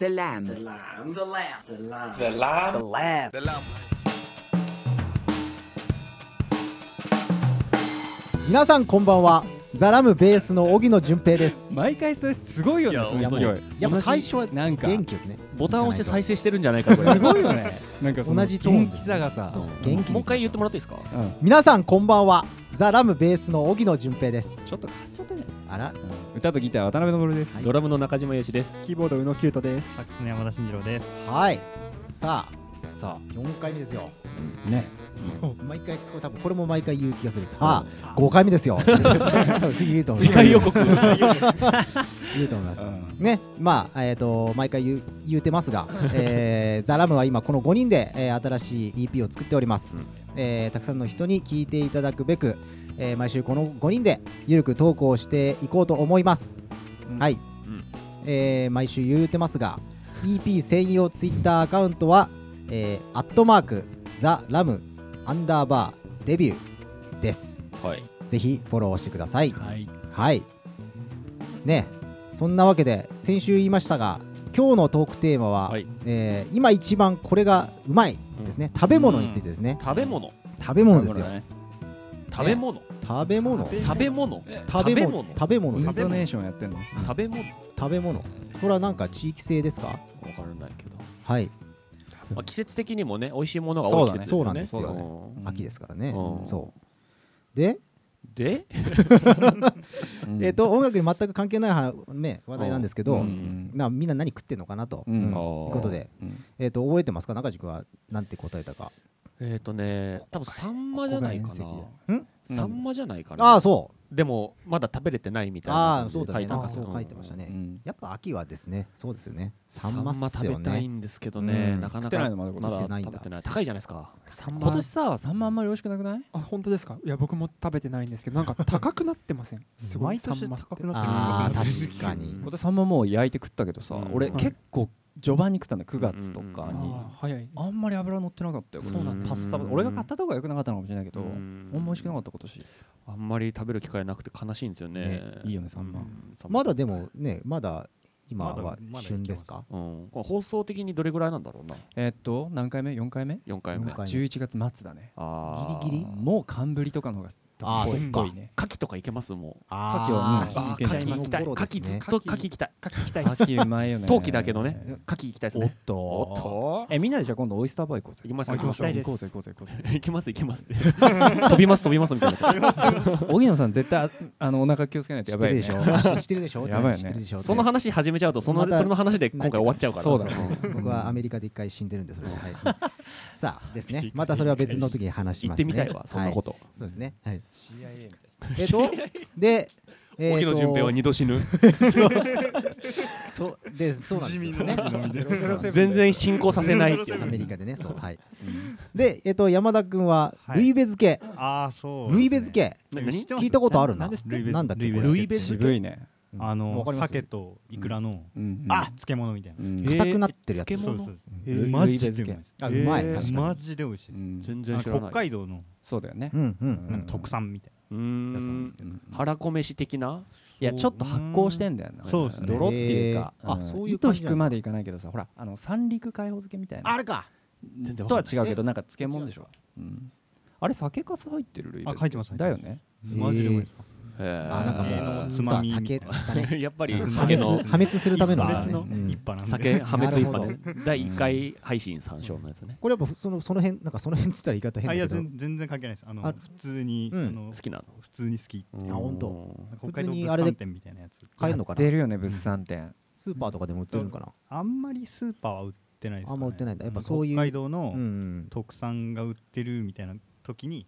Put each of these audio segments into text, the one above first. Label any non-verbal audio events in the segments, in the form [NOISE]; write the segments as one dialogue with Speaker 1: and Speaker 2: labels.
Speaker 1: The lamb.
Speaker 2: lamb.
Speaker 3: The lamb.
Speaker 2: The lamb.
Speaker 4: The lamb.
Speaker 2: lamb.
Speaker 4: The lamb.
Speaker 5: 皆さんこんばんはザラムベースの荻野純平です
Speaker 6: 毎回それすごいよね
Speaker 7: いや
Speaker 6: その
Speaker 5: や
Speaker 7: 本
Speaker 5: も
Speaker 7: 当
Speaker 5: う
Speaker 7: に
Speaker 6: 勢い
Speaker 5: やっぱ最初は
Speaker 6: なんか
Speaker 5: 元気よくね
Speaker 7: ボタンを押して再生してるんじゃないかこれ
Speaker 6: すごいよね [LAUGHS] なんかその
Speaker 5: 同じトーン
Speaker 6: 元気さがさ
Speaker 5: そう元気
Speaker 7: もう一回言ってもらっていいですか
Speaker 6: うん
Speaker 5: 皆さんこんばんはザラムベースの荻野純平です
Speaker 6: ちょっと変わっちゃったね
Speaker 5: あら
Speaker 6: 歌とギター渡辺昇です
Speaker 7: ドラムの中島よしです
Speaker 6: キーボード宇野キュートです
Speaker 8: サックスの山田慎二郎です。
Speaker 5: はいさあ
Speaker 6: さ
Speaker 5: 4回目ですよ
Speaker 6: あね
Speaker 5: 毎回こう多分これも毎回言う気がするさあ5回目です
Speaker 7: [LAUGHS]
Speaker 5: よ [LAUGHS] 次言うと思います
Speaker 7: 次回予告
Speaker 5: 言うと思います
Speaker 6: うん
Speaker 5: ねまあえっ、と毎回言う言うてますが、えーザラムは今この5人で、えー新しい EP を作っております、えーたくさんの人に聞いていただくべく、えー毎週この5人でゆるくトークをしていこうと思います、はい、えー毎週言うてますが EP 専用ツイッターアカウントはえーアットマークザラムアンダーバーデビューです
Speaker 7: はい
Speaker 5: ぜひフォローしてください
Speaker 7: はい
Speaker 5: はい。ね、そんなわけで先週言いましたが、今日のトークテーマは、
Speaker 7: はい
Speaker 5: えー今一番これがうまいですね、食べ物についてですね。
Speaker 7: 食べ物
Speaker 5: 食べ物ですよ。
Speaker 7: 食べ物
Speaker 5: 食べ物。
Speaker 7: 食べ物
Speaker 5: 食べ物。食べ
Speaker 6: イ
Speaker 5: 物
Speaker 6: ン
Speaker 5: です
Speaker 6: トネーションやってんの
Speaker 7: 食べ物わ
Speaker 5: 食べ物。これはなんか地域性ですか。
Speaker 7: からないけど
Speaker 5: はい。
Speaker 7: まあ季節的にもね美味しいものが多い季節です
Speaker 5: そう
Speaker 7: よ
Speaker 5: だね
Speaker 7: ね
Speaker 5: そうだね
Speaker 7: うん
Speaker 5: 秋ですからね。
Speaker 7: うん
Speaker 5: そう。で、
Speaker 7: で
Speaker 5: えっ、と音楽に全く関係ないは、ね、話題なんですけど、
Speaker 6: うん
Speaker 5: なみんな何食ってんのかなと、
Speaker 6: う
Speaker 5: う
Speaker 6: ん
Speaker 5: ん
Speaker 6: あー
Speaker 5: いうことで、
Speaker 6: うん
Speaker 5: えっ、と覚えてますか中地君はなんて答えたか。
Speaker 7: えっとね多分サンマじゃないか
Speaker 6: ここが
Speaker 5: 面
Speaker 7: な
Speaker 5: 積
Speaker 7: サンマじゃないか
Speaker 5: あ
Speaker 7: な
Speaker 5: あそう。
Speaker 7: でもまだ食べれてないみたいな
Speaker 5: ああーそうだねなんかそう書いてました
Speaker 7: ね
Speaker 5: ね、
Speaker 6: うん
Speaker 5: やっぱ秋はですねそうですよねサ
Speaker 7: サ
Speaker 5: ン
Speaker 7: ン
Speaker 5: マ
Speaker 7: マ
Speaker 5: っす
Speaker 7: 食べ
Speaker 5: よ
Speaker 7: たい
Speaker 5: ね
Speaker 7: んですけどね
Speaker 5: うん
Speaker 7: なかな
Speaker 6: 食ってないの
Speaker 7: か
Speaker 6: まだこれ
Speaker 7: まだ
Speaker 5: 食ってないんだ
Speaker 7: 食べてない高いじゃないですか
Speaker 6: サンマ
Speaker 9: 今年
Speaker 6: そ
Speaker 9: さサンマあんまり美味しくなくない
Speaker 10: あ本当ですかいや僕も食べてないんですけどなんか高くなってませんすごい
Speaker 8: 毎
Speaker 10: サン
Speaker 8: 年
Speaker 10: マって
Speaker 8: 高くなってる。
Speaker 5: ああ確かに
Speaker 6: 今年サンマもう焼いて食ったけどさ
Speaker 7: うん
Speaker 6: 俺
Speaker 7: はい
Speaker 6: 結構序盤に食ったんだ9月とか
Speaker 10: あ
Speaker 6: に
Speaker 10: ー早いです
Speaker 6: あんまり油乗ってなかったよ
Speaker 10: そうなんです
Speaker 6: パッサパサ俺が買ったとこが良くなかったのかもしれないけどあ
Speaker 7: うん
Speaker 6: んま美味しくなかった今年
Speaker 7: あんまり食べる機会なくて悲しいんですよね
Speaker 5: ね
Speaker 6: いいよねサンマ
Speaker 7: うんサンマ
Speaker 5: まだでもねまだ今
Speaker 8: まだまだ
Speaker 5: は
Speaker 8: いけます
Speaker 5: 旬ですか
Speaker 7: うんこれ放送的にどれぐらいなんだろうな
Speaker 6: えーっと何回目4回目
Speaker 7: 4回目
Speaker 5: 四回
Speaker 6: 11月末だね
Speaker 7: あ
Speaker 5: ギリギリ
Speaker 6: もう寒ぶりとかの方が
Speaker 5: あー
Speaker 6: 多い
Speaker 5: そっか
Speaker 6: 多いね
Speaker 7: カキとかいけますもう
Speaker 5: あ
Speaker 6: 牡蠣
Speaker 5: ー
Speaker 6: は
Speaker 7: あ
Speaker 6: いけちゃい
Speaker 7: 牡
Speaker 6: ま
Speaker 7: 蠣
Speaker 6: す
Speaker 7: 行きたい
Speaker 5: そう
Speaker 7: カ
Speaker 5: です
Speaker 7: キ
Speaker 5: ね
Speaker 7: ずっとカキ行きたい
Speaker 10: 書きたいです
Speaker 6: 秋うまいよね
Speaker 7: 陶器だけどねカキ行きたいです
Speaker 6: おっ
Speaker 7: ね
Speaker 6: と
Speaker 7: おっと
Speaker 6: えみんなでじゃあ今度オイスターバー行こうぜ
Speaker 7: 行きます
Speaker 8: 行きましょう
Speaker 6: 行こうぜ行こうぜ行こうぜ
Speaker 7: 行けます行けます飛びます飛びますみたいになっちゃ
Speaker 6: 荻野さん絶対ああのお腹気をつけないと
Speaker 5: 知
Speaker 6: や
Speaker 5: って
Speaker 6: ば
Speaker 5: るで
Speaker 6: いね
Speaker 7: [LAUGHS]
Speaker 5: しょあ知ってるでしょ
Speaker 6: やばいよね
Speaker 5: 知ってるでしょ
Speaker 7: う [LAUGHS] その話始めちゃうとその
Speaker 5: また
Speaker 7: それの話で今回終わっちゃうから
Speaker 6: そうだね
Speaker 7: の
Speaker 5: 僕はアメリカで一回死んでるんですはいさあですねまたそれは別の時に話し
Speaker 7: 行
Speaker 5: ま
Speaker 7: っ
Speaker 5: すね
Speaker 7: てみたいわそんなこと
Speaker 5: はいそうですねはいえっとでえーと
Speaker 7: 沖野純平は二度
Speaker 5: [LAUGHS]
Speaker 7: 死ぬ
Speaker 5: そうでそうなんですよね
Speaker 7: 全然進行させないってい
Speaker 5: ア
Speaker 7: う
Speaker 5: メリカでねそうはいでえっと山田君は
Speaker 8: はい
Speaker 5: ルイベ漬け
Speaker 8: ああそう。
Speaker 5: ルイベ漬。け
Speaker 7: 何
Speaker 8: 知ってます
Speaker 5: 聞いたことあるな
Speaker 8: 何ですって
Speaker 5: なんだっけこれ
Speaker 8: ルイベ漬け。
Speaker 6: 渋いね
Speaker 8: あ
Speaker 5: わ
Speaker 8: の
Speaker 5: かります
Speaker 8: 鮭とイクラの
Speaker 6: うん
Speaker 8: あ漬物みたいな
Speaker 6: う。ん
Speaker 5: 硬くなってるやつ
Speaker 7: えー
Speaker 8: そう
Speaker 7: 漬
Speaker 8: そ
Speaker 7: 物
Speaker 8: う。
Speaker 6: え
Speaker 8: え
Speaker 6: ー
Speaker 8: マジでうまい
Speaker 5: あうまい
Speaker 8: えー
Speaker 5: 確かに
Speaker 8: マジで美味しいで
Speaker 6: うん
Speaker 7: 全
Speaker 8: す。
Speaker 7: 然知ら
Speaker 8: あ
Speaker 7: な
Speaker 8: 北
Speaker 7: い
Speaker 8: 海道の
Speaker 6: そうだよね
Speaker 5: うんうんう
Speaker 8: なん
Speaker 5: ん
Speaker 8: か特産みたいな。
Speaker 7: うーん
Speaker 6: うん
Speaker 7: 腹こ飯的ない
Speaker 6: やちょっと発酵してんだよな
Speaker 8: そうですね
Speaker 6: 泥っていうか
Speaker 5: へーあ
Speaker 6: ん
Speaker 5: そういう
Speaker 6: 糸
Speaker 5: 感じ
Speaker 6: 引くまでいかないけどさほらあの三陸海宝漬けみたいな
Speaker 5: あれか
Speaker 7: 全然わ
Speaker 6: と
Speaker 7: か
Speaker 6: は
Speaker 7: んな
Speaker 6: 違
Speaker 7: い
Speaker 6: うけどなんか漬物でしょうんあれ酒粕入ってる類
Speaker 8: あ書いてます
Speaker 6: だよね
Speaker 8: マジで美味しい。
Speaker 7: へー
Speaker 5: あなんか
Speaker 8: え
Speaker 5: も
Speaker 8: ー
Speaker 5: う
Speaker 8: つ
Speaker 5: さ
Speaker 8: ま
Speaker 5: あ
Speaker 8: み
Speaker 5: 酒だね
Speaker 7: [LAUGHS] やっぱり
Speaker 8: つ
Speaker 5: 破
Speaker 8: ま
Speaker 7: 酒
Speaker 8: み
Speaker 5: 滅
Speaker 7: の
Speaker 5: 破滅するための
Speaker 8: 破
Speaker 5: あれ
Speaker 8: 滅
Speaker 5: ね
Speaker 8: の
Speaker 5: うん
Speaker 8: 一派 [LAUGHS] なんで。
Speaker 7: 酒破滅一
Speaker 5: な
Speaker 7: 般
Speaker 5: る
Speaker 7: ね第1回配信参照のやつね
Speaker 5: これやっぱそのその辺なんかその辺っつったら言い方変
Speaker 8: [LAUGHS] あい
Speaker 5: だ
Speaker 8: や
Speaker 5: けど
Speaker 8: 全全然関係ないです。あ
Speaker 5: あ
Speaker 8: の普通にあ
Speaker 5: うん
Speaker 8: の
Speaker 7: 好きな
Speaker 8: 普通に好き。
Speaker 7: の
Speaker 5: あほんと
Speaker 7: う
Speaker 8: なんか北海道
Speaker 5: 普通に
Speaker 8: 物
Speaker 5: あれで
Speaker 8: 産展みたいなやつ。
Speaker 5: 買えるのか
Speaker 6: 出
Speaker 5: な
Speaker 6: るよね物産展
Speaker 5: スーパーとかでも売ってるのかな
Speaker 8: あんまりスーパーは売ってないですかね。
Speaker 5: あんま売ってないんだやっぱそういう
Speaker 8: 北海道の
Speaker 5: うんうん
Speaker 8: 特産が売ってるみたいな時に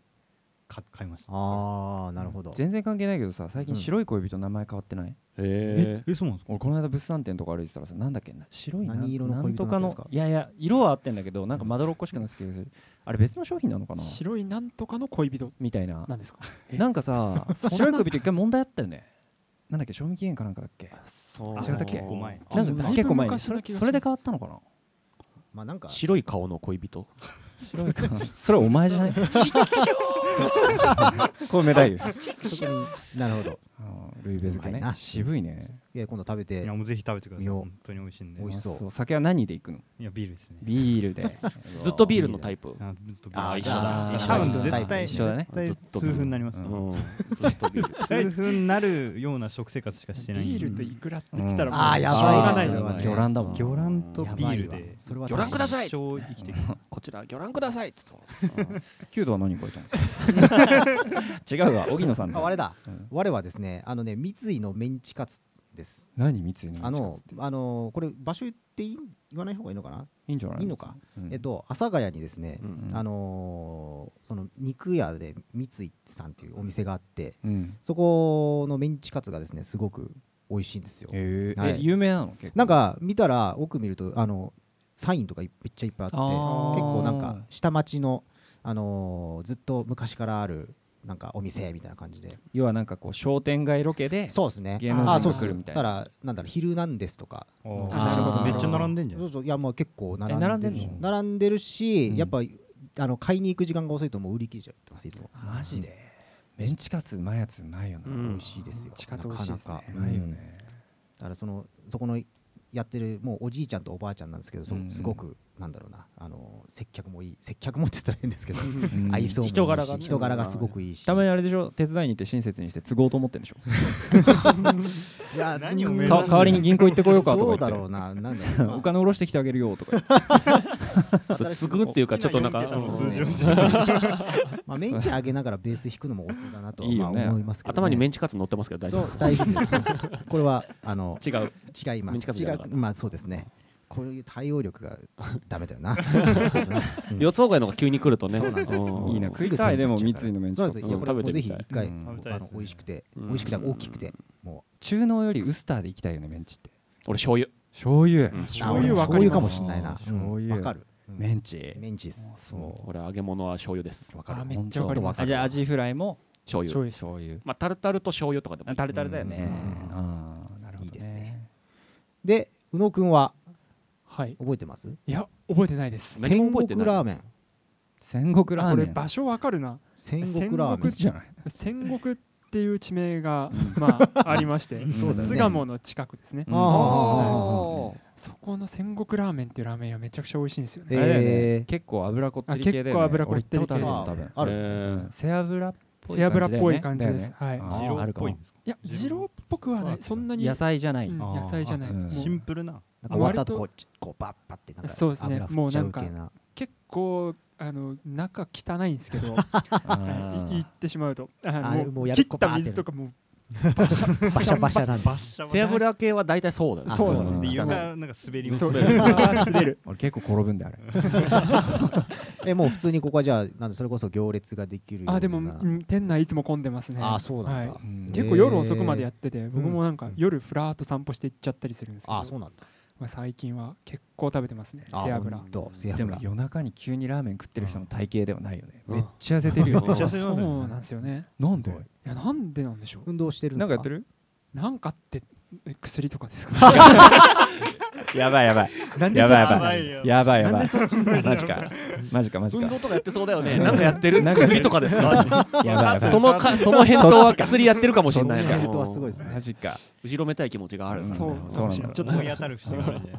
Speaker 8: 買買いました。
Speaker 5: ああなるほど
Speaker 6: 全然関係ないけどさ最近
Speaker 5: うん
Speaker 6: 白い恋人名前変わってない
Speaker 7: へ
Speaker 8: えそうなんですか。
Speaker 6: 俺この間物産展とか歩いてたらさなんだっけな白いな
Speaker 5: 何色の恋人
Speaker 6: なん
Speaker 5: なん
Speaker 6: と
Speaker 5: てい
Speaker 6: か
Speaker 5: うん
Speaker 6: のいやいや色は合ってんだけどなんかまどろっこしくなってきてあれ別の商品なのかな
Speaker 10: 白いなんとかの恋人
Speaker 6: みたいな
Speaker 10: なんですか
Speaker 6: なんかさ白い恋人一回問題あったよねなんだっけ賞味期限かなんかだっけ
Speaker 7: そう
Speaker 6: 違ったっけ
Speaker 8: 結構前。
Speaker 5: あ
Speaker 6: なんか
Speaker 5: そう
Speaker 6: 結構前に
Speaker 10: 昔
Speaker 6: そ
Speaker 10: の
Speaker 6: れ
Speaker 10: 気がします
Speaker 6: それで変わったのかな
Speaker 5: まあなんか
Speaker 7: 白い顔の恋人
Speaker 6: 白いかそれお前じゃないこれ目太夫
Speaker 5: なるほど
Speaker 6: あールイベ漬け
Speaker 5: うまい
Speaker 6: ね
Speaker 5: な
Speaker 6: 渋いね
Speaker 5: えー今度食べ
Speaker 8: い
Speaker 5: て
Speaker 8: やもうぜひ食べてください
Speaker 5: よ
Speaker 8: 本当に美味しいんで
Speaker 5: 美味しそう
Speaker 6: う酒は何で行くの
Speaker 8: いやビールですね
Speaker 6: ビールで
Speaker 7: ずっとビールのタイプ。
Speaker 8: あずっとビー
Speaker 7: あー
Speaker 8: ル
Speaker 7: 一緒だ
Speaker 8: あー
Speaker 7: 一緒
Speaker 8: 多
Speaker 7: だ
Speaker 8: 分絶対
Speaker 6: 一緒だね
Speaker 8: 絶対
Speaker 7: ずっと
Speaker 8: 痛風になります
Speaker 6: う
Speaker 8: ね
Speaker 7: うん、ずっとビール。
Speaker 8: 痛風になるような食生活しかしてないんで
Speaker 10: ビールとイクラってきたらもう
Speaker 5: あーやばい
Speaker 10: し
Speaker 5: そ
Speaker 10: ょうがな
Speaker 5: れは
Speaker 10: よ
Speaker 5: ね
Speaker 6: 魚卵だもん
Speaker 8: 魚卵とビール
Speaker 5: やばいわ
Speaker 8: で
Speaker 5: それは
Speaker 7: 魚卵ください
Speaker 8: 一生生きていく
Speaker 7: こちら、魚卵ください。そう
Speaker 6: キュートは何書いたの違うわ荻野さん
Speaker 5: あ
Speaker 6: だ
Speaker 5: 我だ
Speaker 6: うん
Speaker 5: 我はですねあのね三井のメンチカツです
Speaker 6: 何三井の
Speaker 5: あのあのこれ場所言っていい言わない方がいいのかな、
Speaker 6: いいんじゃない
Speaker 5: いいのか、
Speaker 6: うん
Speaker 5: えっと阿佐ヶ谷にですね、
Speaker 7: うん
Speaker 5: あのーその肉屋で三井さんというお店があって
Speaker 6: うん
Speaker 5: そこのメンチカツがですねすごく美味しいんですよ
Speaker 6: へー
Speaker 5: は
Speaker 6: え
Speaker 5: い
Speaker 6: 有名なの結構
Speaker 5: なんか見たら奥見るとあのサインとかいめっちゃいっぱいあって
Speaker 6: あー
Speaker 5: 結構なんか下町の、あのーずっと昔からあるなんかお店みたいな感じで
Speaker 6: 要はなんかこう商店街ロケで
Speaker 5: そうですね
Speaker 6: 芸能人
Speaker 5: あそう
Speaker 6: が
Speaker 5: っす
Speaker 6: 来るみたい
Speaker 5: だ
Speaker 6: な
Speaker 5: からなんだろう「ヒルナンデス」とか
Speaker 8: あ
Speaker 5: の
Speaker 8: ー
Speaker 5: 写真と
Speaker 6: あー
Speaker 5: か
Speaker 8: めっちゃ並んでんじゃん
Speaker 5: そうそういやまあ結構並ん
Speaker 6: え
Speaker 5: でる
Speaker 6: 並んでんの
Speaker 5: 並んでるし、
Speaker 6: うん
Speaker 5: やっぱあの買いに行く時間が遅いともう売り切れちゃってますいつも
Speaker 6: マジでメンチカツうまいやつうまいよな
Speaker 7: うん
Speaker 5: 美味しいですよ
Speaker 10: メンチカツ美味しいですね
Speaker 5: なかな
Speaker 6: う
Speaker 5: か
Speaker 6: まいよ
Speaker 5: うんだ
Speaker 6: ね
Speaker 5: からそのそこのやってるもうおじいちゃんとおばあちゃんなんですけどそ
Speaker 6: うん
Speaker 5: すごくなんだろうなあの接客もいい接客もって言ったら変ですけど
Speaker 6: うん
Speaker 5: 愛想もいいし
Speaker 7: 人柄がね
Speaker 5: 人柄がすごくいいした
Speaker 6: まにあれでしょ手伝いに行って親切にして都合と思ってんでしょ
Speaker 5: いや
Speaker 8: 何を
Speaker 5: うん
Speaker 8: 目
Speaker 6: か代わりに銀行行ってこようかと
Speaker 5: ど
Speaker 6: か言
Speaker 5: うだ
Speaker 6: って
Speaker 5: ろうななんだろうな
Speaker 6: お金下ろしてきてあげるよとか言って
Speaker 7: そう継ぐっていうか、ちょっとなんか、
Speaker 8: 好きな
Speaker 5: 四桁の数
Speaker 7: うん
Speaker 5: まあメンチ上げながらベース弾くのもおつだなとはい
Speaker 6: い
Speaker 5: まあ
Speaker 6: よね
Speaker 5: 思いますけど
Speaker 7: 頭にメ
Speaker 5: ン
Speaker 7: ンチカツ乗ってますけど、
Speaker 5: チ
Speaker 7: 大
Speaker 5: そ
Speaker 7: 丈
Speaker 5: う大丈夫ですこれ
Speaker 6: [LAUGHS]
Speaker 5: はあの
Speaker 7: 夫。違う。
Speaker 5: 違いま
Speaker 7: メンチカ
Speaker 5: す
Speaker 7: ツじ
Speaker 5: 違
Speaker 7: ゃな
Speaker 5: う
Speaker 7: かった
Speaker 5: まあそうですねこういう対応力がダメだよなうん
Speaker 7: 四つ方がいのが急に来るとね。
Speaker 5: そうなんだ
Speaker 7: うん
Speaker 6: [LAUGHS] いいな
Speaker 5: す
Speaker 6: 食
Speaker 5: ぐ
Speaker 6: いたいでも
Speaker 5: 手
Speaker 6: 三
Speaker 5: に取っちゃうから
Speaker 6: 井のメ
Speaker 5: そうで
Speaker 6: ンチカ
Speaker 5: す
Speaker 6: ツ
Speaker 5: いやこれ
Speaker 7: 食
Speaker 5: もう
Speaker 7: べてみたい
Speaker 5: ぜひ一回
Speaker 6: うん
Speaker 8: 食べたい
Speaker 5: あ
Speaker 8: で
Speaker 5: の
Speaker 8: すね
Speaker 5: 美味しくて
Speaker 7: う
Speaker 5: 美
Speaker 7: ん
Speaker 5: 味しくて大きくても
Speaker 6: 中濃よりウスターで行きたいよねメンチって
Speaker 7: 俺、醤油。
Speaker 6: 醤油
Speaker 7: うん
Speaker 5: う
Speaker 10: 醤油わか
Speaker 5: 醤
Speaker 10: り
Speaker 5: 油
Speaker 10: ま
Speaker 5: かも
Speaker 10: す
Speaker 5: しれないな
Speaker 6: 醤油
Speaker 5: うんわかるうん
Speaker 6: メンチ
Speaker 5: メンチです
Speaker 6: あそう
Speaker 7: 俺、揚げ物は醤油です。
Speaker 5: わ
Speaker 10: あ
Speaker 5: かる
Speaker 10: ーめっちゃわかります
Speaker 6: あじゃあアジフライも
Speaker 7: 醤油。
Speaker 10: 醤油
Speaker 6: 醤油
Speaker 7: まあ、タルタルと醤油とかでもいい。
Speaker 6: タルタルだよね
Speaker 5: うん
Speaker 6: ああなるほどね
Speaker 5: いいですねで宇野くんは
Speaker 10: はい
Speaker 5: 覚えてます
Speaker 10: いや覚えてないです
Speaker 7: 何も
Speaker 5: 戦
Speaker 7: 覚えて
Speaker 5: 国
Speaker 7: ない
Speaker 5: ラーメン
Speaker 6: 戦国ラー
Speaker 10: こ
Speaker 6: メ
Speaker 10: れ
Speaker 6: ン
Speaker 10: 場所わかるな
Speaker 5: 戦国ラーメン
Speaker 6: じゃない
Speaker 10: 戦国っていう地名がまあありまして
Speaker 6: そうだね
Speaker 10: 巣鴨の近くですね
Speaker 6: うん
Speaker 5: あ
Speaker 6: あー
Speaker 10: そこの戦国ラーメンっていうラーメン屋めちゃくちゃ美味しいんですよね
Speaker 6: あれだよね
Speaker 5: えー
Speaker 6: 結構油こってり系だよね
Speaker 10: あ結構油こってり系
Speaker 6: 俺行ったことあ
Speaker 5: あ
Speaker 6: るんです
Speaker 5: あるんですね
Speaker 6: 多分
Speaker 7: ね。
Speaker 6: 背脂っぽい
Speaker 10: 背脂っぽい感じです、
Speaker 6: だよね
Speaker 10: は
Speaker 6: あ
Speaker 10: い
Speaker 8: 二郎
Speaker 6: あ
Speaker 8: っ
Speaker 6: るかも
Speaker 8: ぽいんですか
Speaker 10: いや二郎っぽくはないそんなに
Speaker 6: 野菜じゃない
Speaker 10: うん
Speaker 8: あー
Speaker 10: 野菜じゃない、
Speaker 6: あ
Speaker 10: もう
Speaker 8: シンプルな
Speaker 5: なんか綿
Speaker 10: 割
Speaker 5: と
Speaker 10: と
Speaker 5: こうちこうバッバってなんか
Speaker 10: そうですね
Speaker 5: 油振っちゃう系
Speaker 10: もう
Speaker 5: な
Speaker 10: 結構あの中汚いんですけど
Speaker 6: あ
Speaker 10: 言
Speaker 6: ー
Speaker 10: ってしまうとあ
Speaker 5: あ
Speaker 10: の
Speaker 5: もうやる
Speaker 10: 切った水とかもうバシャ
Speaker 5: バシャバシャなんで
Speaker 8: バッ
Speaker 5: す
Speaker 8: シャバシ
Speaker 7: 背
Speaker 8: ャ
Speaker 7: 脂系は大体そうだよね。
Speaker 5: あ
Speaker 10: そう
Speaker 5: な
Speaker 10: で
Speaker 5: ん
Speaker 10: す
Speaker 8: で
Speaker 5: だ
Speaker 10: ね
Speaker 8: 床なんか滑ります
Speaker 10: そう
Speaker 8: ね
Speaker 10: あー滑る
Speaker 6: 俺結構転ぶんだよあれ
Speaker 5: えもう普通にここはじゃあなんでそれこそ行列ができるような
Speaker 10: あでもうん店内いつも混んでますね
Speaker 5: あそうなん
Speaker 10: は
Speaker 5: だ
Speaker 10: い
Speaker 6: うん
Speaker 10: 結構夜遅くまでやってて僕もなん
Speaker 5: う
Speaker 10: か
Speaker 5: ん
Speaker 10: 夜ふらーっと散歩して行っちゃったりするんですけど
Speaker 5: あそうなんだ
Speaker 10: まあ最近は結構食べてますね
Speaker 5: あ
Speaker 10: 背脂
Speaker 5: ほんと背
Speaker 6: で
Speaker 5: 脂
Speaker 6: も夜中に急にラーメン食ってる人の体型ではないよね、
Speaker 5: うん
Speaker 6: めっちゃ痩せてるよ
Speaker 7: め
Speaker 6: ね
Speaker 7: っちゃ痩せ
Speaker 8: てる
Speaker 10: そうなんですよね
Speaker 6: なんです
Speaker 5: ごい
Speaker 10: いやなんでなんでしょう
Speaker 5: 運動してるんで
Speaker 6: な
Speaker 5: す
Speaker 6: ん
Speaker 5: か
Speaker 6: かやってる
Speaker 10: なんかってえ薬とかですか
Speaker 6: やばいやばい
Speaker 5: なんで
Speaker 6: や
Speaker 5: そっ
Speaker 6: ば
Speaker 5: ち
Speaker 6: いや
Speaker 5: な
Speaker 6: ば
Speaker 5: ん
Speaker 6: い
Speaker 5: だよ
Speaker 6: やばいやば
Speaker 5: なん
Speaker 6: い
Speaker 5: でそっちに
Speaker 6: マジかマジかマジ
Speaker 7: 運
Speaker 6: か
Speaker 7: 動とかやってそうだよね。なんかやってる
Speaker 6: なんかやってる
Speaker 7: 薬とかですか
Speaker 6: やばいやばい
Speaker 7: そのかその返答は薬やってるかもしれない
Speaker 5: そっち
Speaker 7: な。
Speaker 5: の返答はすごいですね
Speaker 6: マジか
Speaker 7: 後ろめたい気持ちがあるな。
Speaker 10: そう
Speaker 6: そうなんだ
Speaker 10: ちょっ
Speaker 8: ちょっと思い当たる節があるね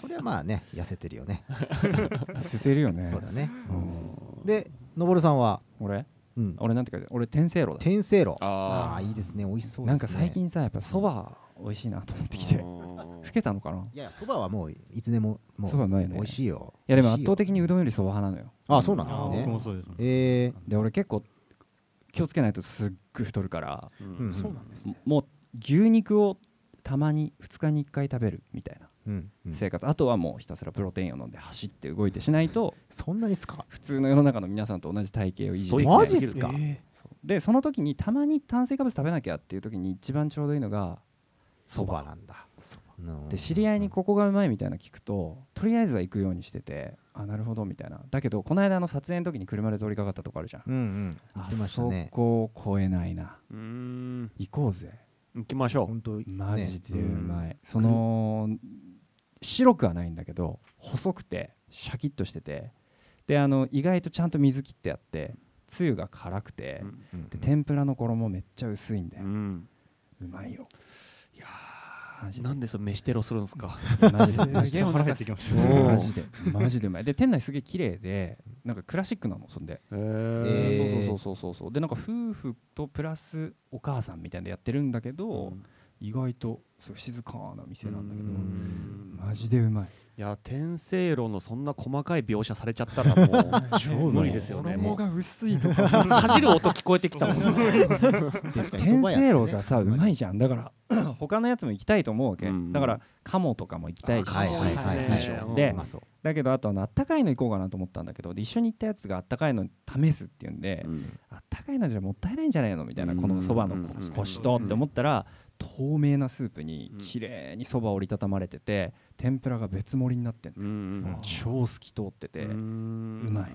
Speaker 5: それはまあね痩せてるよね
Speaker 6: 痩せてるよね
Speaker 5: そうだね
Speaker 7: うん
Speaker 5: でのぼるさんは
Speaker 6: 俺
Speaker 5: うん
Speaker 6: 俺なんて書いてある俺天聖楼だ
Speaker 5: 天聖路あ
Speaker 7: あ
Speaker 5: あーいいですね美味しそうですね
Speaker 6: なんか最近さやっぱそば美味しいなと思ってきて
Speaker 7: う
Speaker 6: 老
Speaker 7: ん
Speaker 6: けたのかない
Speaker 5: いやそばはもういつでもも
Speaker 6: そば
Speaker 5: う
Speaker 6: ないよね
Speaker 5: 美味しいよ
Speaker 6: やでも圧倒
Speaker 5: 美味しいよ
Speaker 6: 的にうどんよりそば派なのよ
Speaker 5: あそうなん
Speaker 8: あ
Speaker 5: です
Speaker 8: ー
Speaker 5: ね
Speaker 8: 僕もそうですね
Speaker 5: えー
Speaker 6: で俺結構気をつけないとすっごい太るから
Speaker 5: うん
Speaker 10: そうなんですね
Speaker 6: もう牛肉をたまに2日に1回食べるみたいな
Speaker 5: うんうん
Speaker 6: 生活、あとはもうひたすらプロテインを飲んで走って動いてしないと
Speaker 5: そんなにっすか
Speaker 6: 普通の世の中の皆さんと同じ体型を維持でき
Speaker 7: そ
Speaker 6: ない
Speaker 7: う
Speaker 6: い
Speaker 7: やう
Speaker 5: マジっすか
Speaker 10: え
Speaker 6: そうでその時にたまに炭水化物食べなきゃっていう時に一番ちょうどいいのが
Speaker 5: そばなんだうん
Speaker 6: で知り合いにここがうまいみたいなの聞くととりあえずは行くようにしててあなるほどみたいなだけどこの間の撮影の時に車で通りかかったとこあるじゃん、
Speaker 5: うんうん言ってま
Speaker 6: あ
Speaker 5: した
Speaker 6: そ
Speaker 5: ね
Speaker 6: こを越えないな
Speaker 7: うん
Speaker 6: 行こうぜ
Speaker 7: 行きましょう。
Speaker 5: 本当
Speaker 6: マジでうまい、
Speaker 7: ね
Speaker 6: その白くはないんだけど細くてシャキッとしててであの意外とちゃんと水切ってあってつゆが辛くて、で天ぷらの衣めっちゃ薄いんだ
Speaker 7: う
Speaker 6: よ、
Speaker 7: ん
Speaker 6: うまいよ
Speaker 7: いや
Speaker 6: マジで
Speaker 7: なんでそれ飯テロするんですか。
Speaker 6: マジで
Speaker 10: マ
Speaker 8: マ
Speaker 10: ジ
Speaker 8: [LAUGHS] ジ
Speaker 10: で
Speaker 8: で腹減ってきまし
Speaker 7: おー
Speaker 6: [LAUGHS] マジでマジでうまいで店内すげえ綺麗でなんかクラシックなのそんで、
Speaker 7: へ
Speaker 5: えー
Speaker 6: そうそうそうそうそうでなんか夫婦とプラスお母さんみたいなのやってるんだけど、意外とすごい静かな店なんだけど、
Speaker 7: うん
Speaker 6: マジでうまい
Speaker 7: いや天性論のそんな細かい描写されちゃったら
Speaker 6: [LAUGHS]
Speaker 7: もう
Speaker 6: 超うまい
Speaker 7: 無理ですよね。も
Speaker 10: 衣
Speaker 7: う
Speaker 10: が薄いとか
Speaker 7: かじる音聞こえてきたもんね。
Speaker 5: 確かに
Speaker 6: 天聖楼が
Speaker 5: が
Speaker 6: さうまいじゃんだから [CLEARS THROAT] 他のやつも行きたいと思うわけ、
Speaker 7: うん
Speaker 6: だから鴨とかも行きたいし、
Speaker 5: はいはいはいはい
Speaker 6: でしょで
Speaker 5: うまそう
Speaker 6: だけどあとあのあったかいの行こうかなと思ったんだけどで一緒に行ったやつがあったかいの試すっていうんで、あったかいのじゃもったいないんじゃないのみたいな
Speaker 7: うん
Speaker 6: このそばのこ
Speaker 7: うん
Speaker 6: コシとって思ったら透明なスープに綺麗にそば折りたたまれてて天ぷらが別盛りになってんの
Speaker 7: うん
Speaker 6: 超透き通ってて
Speaker 7: うん
Speaker 6: うまい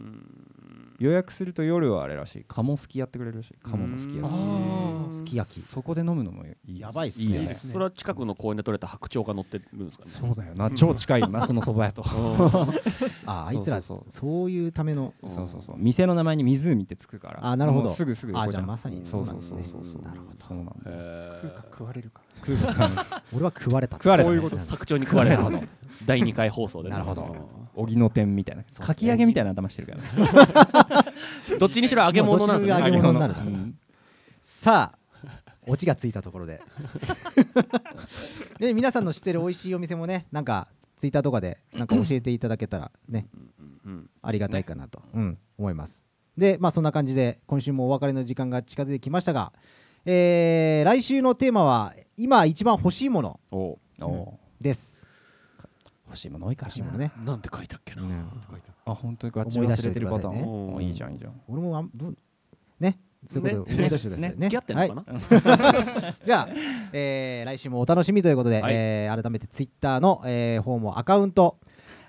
Speaker 6: 予約すると夜はあれらしい鴨すきやってくれるらしい鴨のすき焼
Speaker 10: あー
Speaker 5: すき焼
Speaker 6: き
Speaker 5: き
Speaker 6: そこで飲むのもいい
Speaker 5: やばいっすね
Speaker 6: よ
Speaker 7: いいですねそれは近くの公園で取れた白鳥が乗ってるんですかね。
Speaker 6: そうだよな超近いよなそのそば屋と
Speaker 5: ああいつら
Speaker 6: そうそうそう
Speaker 5: そういうための
Speaker 7: うん
Speaker 6: そうそうそう店の名前に湖ってつくから
Speaker 5: あなるほど
Speaker 6: もうすぐすぐ
Speaker 5: あ
Speaker 6: 横
Speaker 5: じゃあまさに
Speaker 6: そ
Speaker 5: そうう
Speaker 6: そ
Speaker 5: な
Speaker 6: うん
Speaker 5: です
Speaker 6: そう
Speaker 5: ね
Speaker 6: そうそう
Speaker 5: なるほど
Speaker 6: そうなんだよ
Speaker 7: へー
Speaker 10: 食うか食われるか
Speaker 6: 空間
Speaker 5: 俺は食われた
Speaker 6: 食われ
Speaker 5: そ
Speaker 6: たそうう
Speaker 5: い
Speaker 6: いうう
Speaker 5: こで
Speaker 6: こととです
Speaker 7: 白鳥に食われるの第2回放送でね
Speaker 5: なるほど
Speaker 6: 荻野店みたいな
Speaker 5: そうですね
Speaker 6: かき揚げみたいな頭してるからね
Speaker 7: どっちにしろ揚げ物なんですよ
Speaker 5: どっち
Speaker 7: ね
Speaker 5: に揚げ物になる
Speaker 6: 揚げ物うん
Speaker 5: さあオチがついたところで [LAUGHS] で皆さんの知ってる美味しいお店もねなんかツイッターとかでなんか教えていただけたらね
Speaker 7: うん
Speaker 5: ありがたいかなと、うん、思います。で、まあ、そんな感じで今週もお別れの時間が近づいてきましたが、えー来週のテーマは「今一番欲しいもの
Speaker 7: お
Speaker 6: おー」
Speaker 5: です。
Speaker 6: 欲しいもの多いから
Speaker 5: 欲
Speaker 6: な
Speaker 5: しいものね。
Speaker 7: なんて書いたっけな
Speaker 6: あ本当にガチ
Speaker 5: 思い出し
Speaker 6: 忘
Speaker 5: ておいて
Speaker 6: れて
Speaker 5: く
Speaker 6: る
Speaker 5: ださ
Speaker 6: パ
Speaker 5: いね
Speaker 6: ターン、
Speaker 7: うん
Speaker 6: いいじゃんいいじゃん
Speaker 5: 俺もあんどうねそういうことで思い出してくださいね。
Speaker 7: ね付き合ってんのか
Speaker 5: は
Speaker 7: ない
Speaker 5: じゃあ、えー来週もお楽しみということで、
Speaker 7: はい
Speaker 5: えー改めてツイッターの、えー方もアカウント、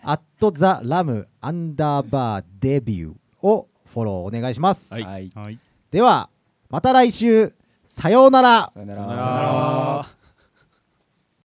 Speaker 5: アットザラムアンダーバーデビューをフォロー
Speaker 8: [LAUGHS]
Speaker 5: お願いします。
Speaker 7: はい
Speaker 6: はい
Speaker 8: はい
Speaker 5: では、また来週、さようなら。
Speaker 6: さよな
Speaker 7: さよなら